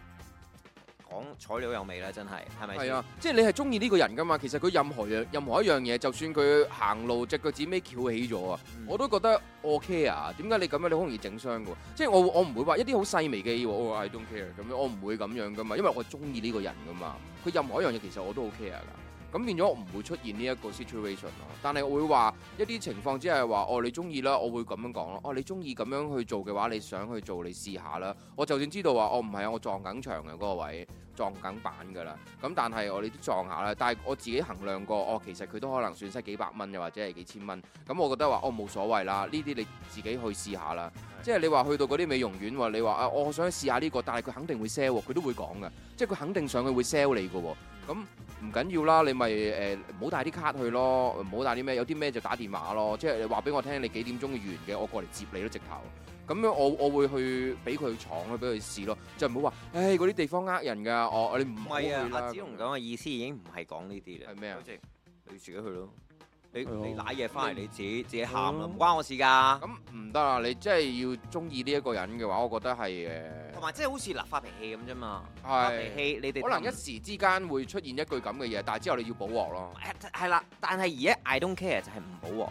[SPEAKER 4] 講材料有味啦，真係係咪
[SPEAKER 5] 係
[SPEAKER 4] 先
[SPEAKER 5] 啊？，即係你係中意呢個人噶嘛？其實佢任何樣任何一樣嘢，就算佢行路只腳趾尾翹起咗啊！
[SPEAKER 4] 嗯
[SPEAKER 5] 我都覺得 OK 啊，點解你咁樣你好容易整傷嘅喎？即係我我唔會話一啲好細微嘅嘢喎，我話 I don't care 咁樣，我唔會咁樣噶嘛，因為我中意呢個人噶嘛，佢任何一樣嘢其實我都 OK 啊㗎。咁變咗我唔會出現呢一個 situation 咯，但係我會話一啲情況只係話哦你中意啦，我會咁樣講咯，哦你中意咁樣去做嘅話，你想去做你試下啦。我就算知道話哦唔係啊，我撞緊牆嘅嗰個位撞緊板㗎啦，咁但係我哋都撞下啦，但係我自己衡量過，哦其實佢都可能損失幾百蚊又或者係幾千蚊。咁我覺得話哦冇所謂啦，呢啲你自己去試下啦。即係你話去到嗰啲美容院話，你話啊我想試下呢、個，但係佢肯定會 sell，喎佢都會講嘅，即係佢肯定上去會 sell 你嘅喎。咁唔緊要啦，你咪誒唔好帶啲卡去咯，唔好帶啲咩，有啲咩就打電話咯。即係你話俾我聽你幾點鐘完嘅，我過嚟接你咯，直頭。咁樣我我會去俾佢闖去俾佢試咯，就唔好話，唉嗰啲地方呃人㗎，我你唔
[SPEAKER 4] 唔
[SPEAKER 5] 好去
[SPEAKER 4] 係啊，
[SPEAKER 5] 啦。
[SPEAKER 4] 阿子龍講嘅意思已經唔係講呢啲啦。
[SPEAKER 5] 係咩啊
[SPEAKER 4] 好似你自己去咯，
[SPEAKER 3] 係啊
[SPEAKER 4] 你你攋嘢翻嚟，你自己自己喊啦，
[SPEAKER 3] 嗯
[SPEAKER 4] 唔關我事㗎。
[SPEAKER 5] 咁唔得啊！你真係要中意呢一個人嘅話，我覺得係呃
[SPEAKER 4] 同埋即係好似嗱發脾氣咁啫嘛，
[SPEAKER 5] 誒
[SPEAKER 4] 發
[SPEAKER 5] 係
[SPEAKER 4] 脾。氣你哋
[SPEAKER 5] 可能一時之間會出現一句咁嘅嘢，但係之後你要補鑊咯。
[SPEAKER 4] 誒係啦，但係而家 I don't care 就係唔好喎，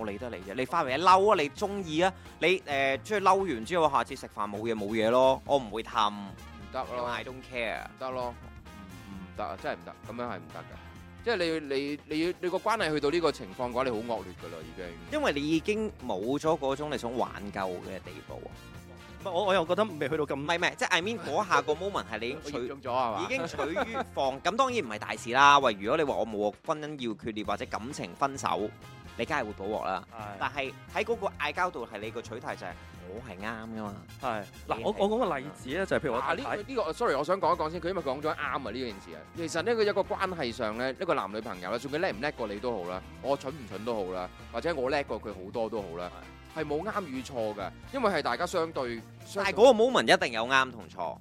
[SPEAKER 4] 我理得你啫。你發脾氣嬲啊，你中意啊，你誒出去嬲完之後，下次食飯冇嘢冇嘢咯，我唔會氹，
[SPEAKER 5] 唔得
[SPEAKER 4] 因為
[SPEAKER 5] 咯，
[SPEAKER 4] I don't care。
[SPEAKER 5] 唔得咯，唔唔得啊！真係唔得，咁樣係唔得㗎。即係你你你你個關係去到呢個情況嘅話，你好惡劣㗎啦已經。
[SPEAKER 4] 因為你已經冇咗嗰種你想挽救嘅地步啊，
[SPEAKER 3] 唔係我我又覺得未去到
[SPEAKER 4] 唔
[SPEAKER 3] 咁
[SPEAKER 4] 係唔係，即係 I mean 嗰下個 moment 係你已經
[SPEAKER 5] 我
[SPEAKER 4] 取
[SPEAKER 5] 嚴重咗係
[SPEAKER 4] 已
[SPEAKER 5] 嘛？
[SPEAKER 4] 經取於放，咁當然唔係大事啦。喂，如果你話我冇婚姻要決裂或者感情分手，你梗係會補鑊啦。
[SPEAKER 3] 係
[SPEAKER 4] 但係喺嗰個嗌交度係你個取態就係我係啱噶嘛。
[SPEAKER 3] 係嗱，我我講個例子咧，就係譬如我
[SPEAKER 5] 嗱
[SPEAKER 3] 太
[SPEAKER 5] 呢
[SPEAKER 3] 太
[SPEAKER 5] 個呢個，sorry，我想講一講先。佢因為講咗啱啊呢件事啊。其實呢，佢有個關係上呢，一個男女朋友咧，仲佢叻唔叻過你都好啦，我蠢唔蠢都好啦，或者我叻過佢好多都好啦，係冇啱與錯㗎，因為係大家相對。相
[SPEAKER 4] 但係
[SPEAKER 5] 對
[SPEAKER 4] 嗰個 moment 一定有啱同錯，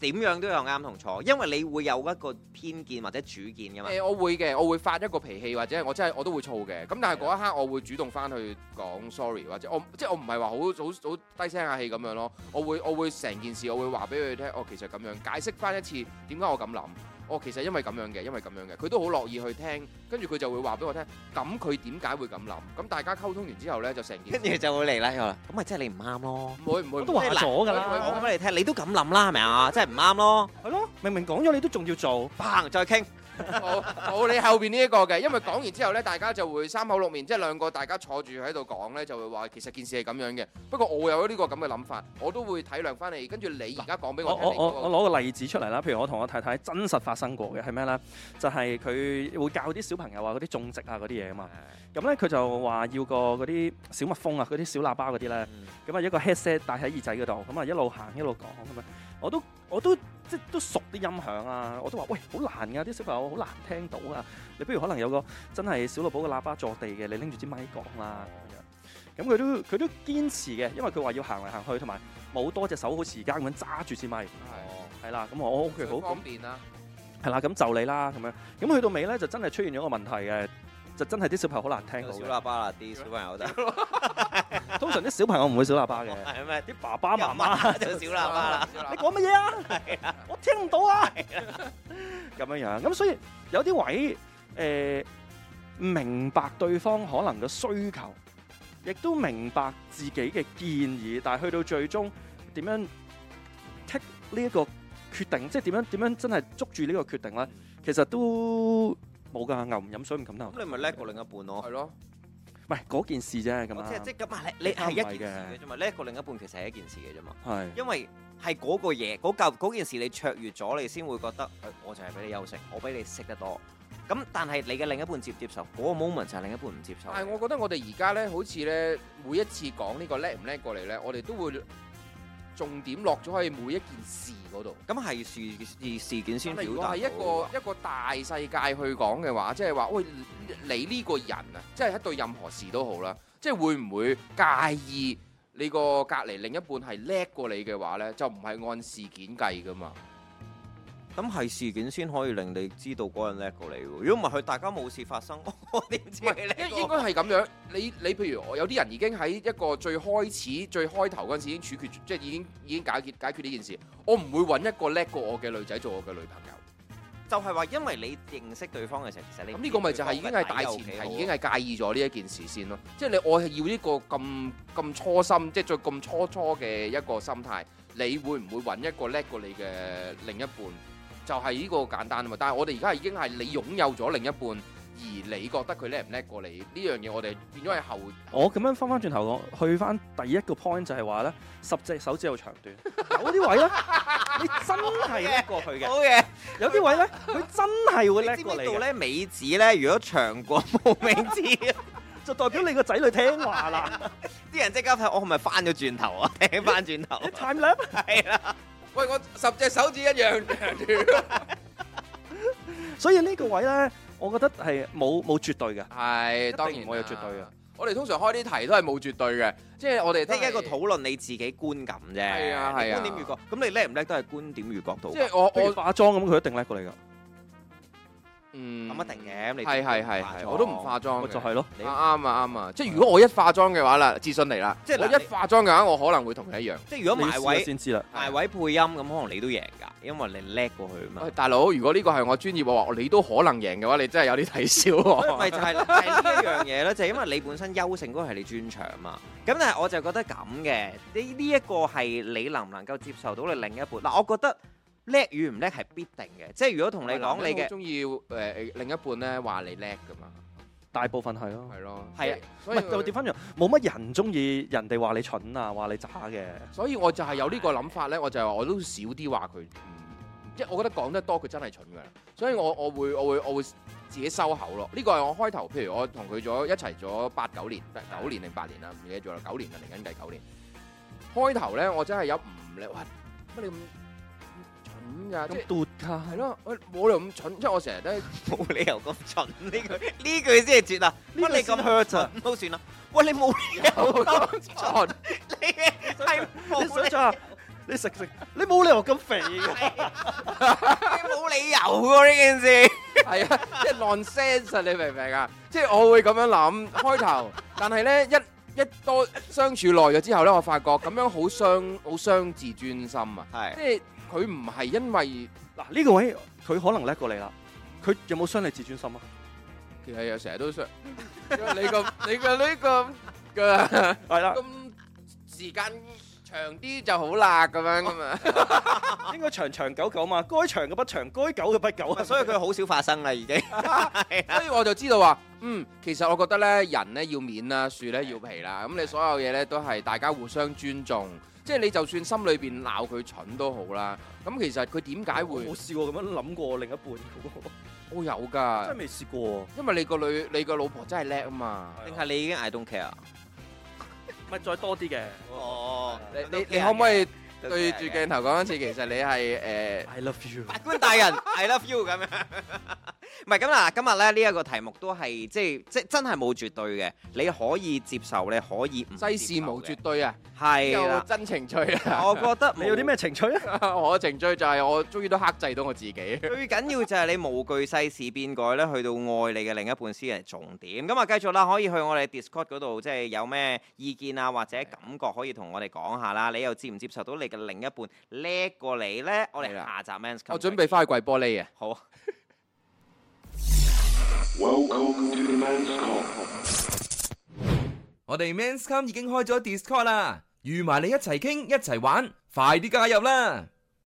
[SPEAKER 4] 點樣都有啱同錯，因為你會有一個偏見或者主見噶嘛
[SPEAKER 5] 誒、。我會嘅，我會發一個脾氣，或者我真係我都會燥嘅。咁但係
[SPEAKER 4] 啊
[SPEAKER 5] 嗰一刻，我會主動翻去講 sorry，或者我即係我唔係話好好好低聲下氣咁樣咯。我會我會成件事，我會話俾佢聽，哦，其實咁樣解釋翻一次點解我咁諗。哦，其實因為咁樣嘅，因為咁樣嘅，佢都好樂意去聽，跟住佢就會話俾我聽，咁佢點解會咁諗？咁大家溝通完之後呢，就成件
[SPEAKER 4] 跟住就會嚟啦，又話咁咪即係你唔啱咯。
[SPEAKER 5] 唔會唔會
[SPEAKER 3] 我
[SPEAKER 5] 唔
[SPEAKER 3] 都
[SPEAKER 5] 會，
[SPEAKER 3] 話咗㗎
[SPEAKER 5] 喂
[SPEAKER 4] 講
[SPEAKER 3] 啦，
[SPEAKER 4] 俾你聽，你都咁諗啦，係咪啊？真係唔啱咯。
[SPEAKER 3] 係咯，明明講咗你都仲要做，
[SPEAKER 4] 嘭，再傾。
[SPEAKER 5] 冇冇你後邊呢一個嘅，因為講完之後呢，大家就會三口六面，即係兩個大家坐住喺度講呢，就會話其實件事係咁樣嘅。不過我有呢個咁嘅諗法，我都會體諒翻你。跟住你而家講俾
[SPEAKER 3] 我
[SPEAKER 5] 我聽，
[SPEAKER 3] 我
[SPEAKER 5] 你
[SPEAKER 3] 我我
[SPEAKER 5] 嗰個
[SPEAKER 3] 攞個例子出嚟啦，譬如我同我太太真實發生過嘅係咩咧？就係、佢會教啲小朋友啊嗰啲種植啊嗰啲嘢啊嘛。咁咧佢就話要個嗰啲小蜜蜂啊，嗰啲小喇叭嗰啲咧，咁啊一個 headset 戴喺耳仔嗰度，咁啊一路行一路講咁啊。我都我都即係都熟啲音響啊，我都話喂好難㗎，啲小朋友好難聽到啊。你不如可能有個真係小老寶嘅喇叭坐地嘅，你拎住支咪講啦咁樣。咁佢都佢都堅持嘅，因為佢話要行嚟行去，同埋冇多隻手好似而家咁樣揸住支咪。係啦，咁我 OK
[SPEAKER 5] 係
[SPEAKER 3] 好，咁
[SPEAKER 5] 方便啦。
[SPEAKER 3] 係啦，咁就你啦咁樣。咁去到尾咧，就真係出現咗個問題嘅，就真係啲小朋友好難聽
[SPEAKER 4] 小
[SPEAKER 3] 到
[SPEAKER 4] 喇叭啦，啲小朋友得
[SPEAKER 3] 嘅。通常啲小朋友唔會小喇叭嘅，
[SPEAKER 4] 係咩？
[SPEAKER 3] 啲爸爸媽媽。
[SPEAKER 4] 媽就小喇叭啦，
[SPEAKER 3] 你講乜嘢啊？我聽唔到啊！咁樣樣，咁所以有啲位誒、明白對方可能嘅需求，亦都明白自己嘅建議，但係去到最終點樣 take 呢一個決定，即係點樣點樣真係捉住呢個決定咧，其實都冇㗎，牛唔飲水唔飲牛。
[SPEAKER 4] 咁你咪叻過另一半咯。
[SPEAKER 5] 係咯，
[SPEAKER 3] 唔係嗰件事啫，咁
[SPEAKER 4] 我即係
[SPEAKER 3] 啊
[SPEAKER 4] 即，係咁啊！你你係一件
[SPEAKER 3] 啱
[SPEAKER 4] 事嘅啫嘛，叻過另一半其實係一件事嘅啫嘛。
[SPEAKER 3] 係
[SPEAKER 4] 因為係嗰個嘢，嗰嚿嗰件事你卓越咗，你先會覺得，哎我就係俾你優勝，我比你識得多。咁但係你嘅另一半接唔接受，嗰、個 moment 就係另一半唔接受。
[SPEAKER 5] 但係我覺得我哋而家呢，好似呢，每一次講呢個叻唔叻過嚟呢，我哋都會重點落咗喺每一件事嗰度。
[SPEAKER 4] 咁係事事事件先
[SPEAKER 5] 但係
[SPEAKER 4] 表
[SPEAKER 5] 如果係
[SPEAKER 4] 達到。
[SPEAKER 5] 一個一個大世界去講嘅話，即係話喂，你呢個人啊，即係對任何事都好啦，即係會唔會介意你個隔離另一半係叻過你嘅話呢？就唔係按事件計噶嘛。
[SPEAKER 4] 咁係事件先可以令你知道嗰人叻過你喎。如果唔係佢大家冇事發 生，我點知
[SPEAKER 5] 唔
[SPEAKER 4] 你
[SPEAKER 5] 係，
[SPEAKER 4] 叻
[SPEAKER 5] 應應該
[SPEAKER 4] 過我？
[SPEAKER 5] 係咁樣。你你譬如我有啲人已經喺一個最開始、最開頭嗰陣時已經處決，即係已經已經解決解決呢件事。我唔會揾一個叻過我嘅女仔做我嘅女朋友。
[SPEAKER 4] 就係話因為你認識對方嘅時候，其實你
[SPEAKER 5] 咁呢個咪就係已經係大前提，已經係介意咗呢一件事先咯。即係你我係要呢個咁咁初心，即係最咁初初嘅一個心態。你會唔會揾一個叻過你嘅另一半？就係呢個簡單啊嘛。但係我哋而家已經係你擁有咗另一半，而你覺得佢叻唔叻過你呢樣嘢，我哋變咗係後。
[SPEAKER 3] 我咁樣翻翻轉頭講，去翻第一個 point 就係話咧，十隻手指有長短， 有啲位咧，你真係叻過佢嘅，
[SPEAKER 4] 好嘅。
[SPEAKER 3] 有啲位咧，佢真係會
[SPEAKER 4] 你
[SPEAKER 3] 叻
[SPEAKER 4] 知唔
[SPEAKER 3] 過你
[SPEAKER 4] 知道
[SPEAKER 3] 嘅，
[SPEAKER 4] 咧尾指咧？如果長過冇尾 指，
[SPEAKER 3] 就代表你個仔女聽話啦。
[SPEAKER 4] 啲人即刻睇我係咪翻咗轉頭 啊？聽翻轉頭啊
[SPEAKER 3] Time lap，
[SPEAKER 4] 係啦，
[SPEAKER 5] 喂，我十隻手指一 樣
[SPEAKER 3] 所以呢個位咧，我覺得係冇冇絕對嘅，
[SPEAKER 5] 係，當
[SPEAKER 3] 一
[SPEAKER 5] 然
[SPEAKER 3] 定唔會有絕對嘅
[SPEAKER 5] 啦。啊 我哋通常開啲題都係冇絕對嘅，即係我哋
[SPEAKER 4] 即
[SPEAKER 5] 都
[SPEAKER 4] 係一個討論你自己觀感啫。
[SPEAKER 5] 係啊係啊
[SPEAKER 4] 你觀點與角，咁你叻唔叻都係觀點與角度。
[SPEAKER 5] 即係我
[SPEAKER 3] 譬如
[SPEAKER 5] 我
[SPEAKER 3] 化妝咁，佢一定叻過你㗎，
[SPEAKER 5] 嗯
[SPEAKER 4] 咁一定嘅你
[SPEAKER 5] 係係係
[SPEAKER 4] 化
[SPEAKER 5] 係，
[SPEAKER 4] 妝
[SPEAKER 5] 我都唔化妝
[SPEAKER 3] 咪
[SPEAKER 5] 嘅
[SPEAKER 3] 就係咯。
[SPEAKER 4] 你
[SPEAKER 5] 啊啱啊啱啊！即係如果我一化妝嘅話啦，自信嚟啦。
[SPEAKER 4] 即係嗱
[SPEAKER 5] 我一化妝嘅話，我可能會同佢一樣。
[SPEAKER 4] 即係如
[SPEAKER 3] 你要
[SPEAKER 4] 果埋
[SPEAKER 3] 試下
[SPEAKER 4] 位
[SPEAKER 3] 先知啦。
[SPEAKER 4] 埋位配音咁，可能你都贏㗎，因為你叻過佢啊嘛
[SPEAKER 5] 喂，。大佬，如果呢個係我專業嘅話，你都可能贏嘅話，你真係有啲睇笑
[SPEAKER 4] 所以
[SPEAKER 5] 喎。
[SPEAKER 4] 咪就係就係呢一樣嘢咧，就係因為你本身優勝嗰個係你專長嘛。咁但係我就覺得咁嘅，呢呢一個係你能唔能夠接受到你另一半嗱？我覺得叻與唔叻係必定嘅，即係如果 同你講你嘅
[SPEAKER 5] 中意誒另一半咧話你叻㗎嘛，
[SPEAKER 3] 大部分係咯，
[SPEAKER 5] 係咯。
[SPEAKER 4] 係啊，
[SPEAKER 3] 唔
[SPEAKER 5] 所以
[SPEAKER 3] 係就調翻轉，冇乜人中意人哋話你蠢啊，話你渣嘅。
[SPEAKER 5] 所以我就係有呢個諗法咧，我就係話我都少啲話佢，嗯即係我覺得講得多佢真係蠢㗎啦。所以我我會我會我會自己收口咯。呢個係我開頭，譬如我同佢咗一齊咗八九年，九年定八年啦，唔記得咗啦，九年啊，嚟緊計九年。開頭咧，我真係有唔叻，喂乜你咁蠢㗎？即係
[SPEAKER 3] 咁嘟卡
[SPEAKER 5] 係咯，喂冇你咁蠢，即係我成日都係
[SPEAKER 4] 冇理由咁蠢呢句呢句先係絕啊！乜你咁
[SPEAKER 3] hurt 啊？
[SPEAKER 4] 蠢都算啦，喂你冇理 由咁蠢，你係
[SPEAKER 3] 你
[SPEAKER 4] 冇
[SPEAKER 3] 想
[SPEAKER 4] 理
[SPEAKER 3] 象下，你食食，你冇理由咁肥嘅。
[SPEAKER 4] 你冇理由喎呢件事。
[SPEAKER 5] 係啊，即係 nonsense 啊你明唔明啊？即係我會咁樣諗開頭，但係咧一一多相處耐咗之後咧，我發覺咁樣好傷好傷自尊心啊！
[SPEAKER 4] 係
[SPEAKER 5] 即係佢唔係因為
[SPEAKER 3] 嗱呢個位佢可能叻過你啦，佢有冇傷你自尊心啊？
[SPEAKER 5] 其實又成日都想你個你個呢個嘅
[SPEAKER 3] 係啦，
[SPEAKER 5] 咁時間長長啲就好啦咁樣咁啊，
[SPEAKER 3] 應該長長久久嘛，該長嘅不長，該久嘅不久啊。
[SPEAKER 4] 所以佢好少發生啦，已經。
[SPEAKER 5] 所以我就知道話，嗯，其實我覺得咧，人咧要面啦，樹咧要皮啦，咁你所有嘢咧都係大家互相尊重，即係你就算心裏邊鬧佢蠢都好啦，咁其實佢點解
[SPEAKER 3] 我
[SPEAKER 5] 會
[SPEAKER 3] 冇？試過咁樣諗過另一半嘅
[SPEAKER 5] 我有
[SPEAKER 3] 喎，真
[SPEAKER 5] 㗎
[SPEAKER 3] 係，未試過。
[SPEAKER 5] 因為你個女，你個老婆真係叻啊嘛。
[SPEAKER 4] 定係你已經 I don't care？
[SPEAKER 3] 咪再多啲嘅
[SPEAKER 4] 哦
[SPEAKER 5] 你你你可唔可以對住鏡頭講一次？其實你係誒
[SPEAKER 3] ？I love you。
[SPEAKER 4] 法官大人，I love you 咁樣。唔係咁啦，今日咧呢一個題目都係即係即真係冇絕對嘅，你可以接受，你可以唔
[SPEAKER 5] 世事無絕對啊，
[SPEAKER 4] 係
[SPEAKER 5] 有
[SPEAKER 4] 啦。
[SPEAKER 5] 真情趣啊！
[SPEAKER 4] 我覺得
[SPEAKER 3] 你有啲咩情趣啊？
[SPEAKER 5] 我嘅情趣就係我終於都克制到我自 己。
[SPEAKER 4] 最緊要就係你無懼世事變改咧，去到愛你嘅另一半先係重點。咁啊，繼續啦，可以去我哋 Discord 嗰度，即係有咩意見啊，或者感覺可以同我哋講下啦。你又接唔接受到你嘅另一半叻過你呢？我哋
[SPEAKER 5] 係啦
[SPEAKER 4] 下集 Men's Come
[SPEAKER 5] 我準備翻去櫃玻璃啊！
[SPEAKER 4] 好。
[SPEAKER 1] Welcome to the man's call.
[SPEAKER 2] 我哋 Men's Come 已經開咗 Discord 啦，預埋你一齊傾一齊玩，快啲加入啦！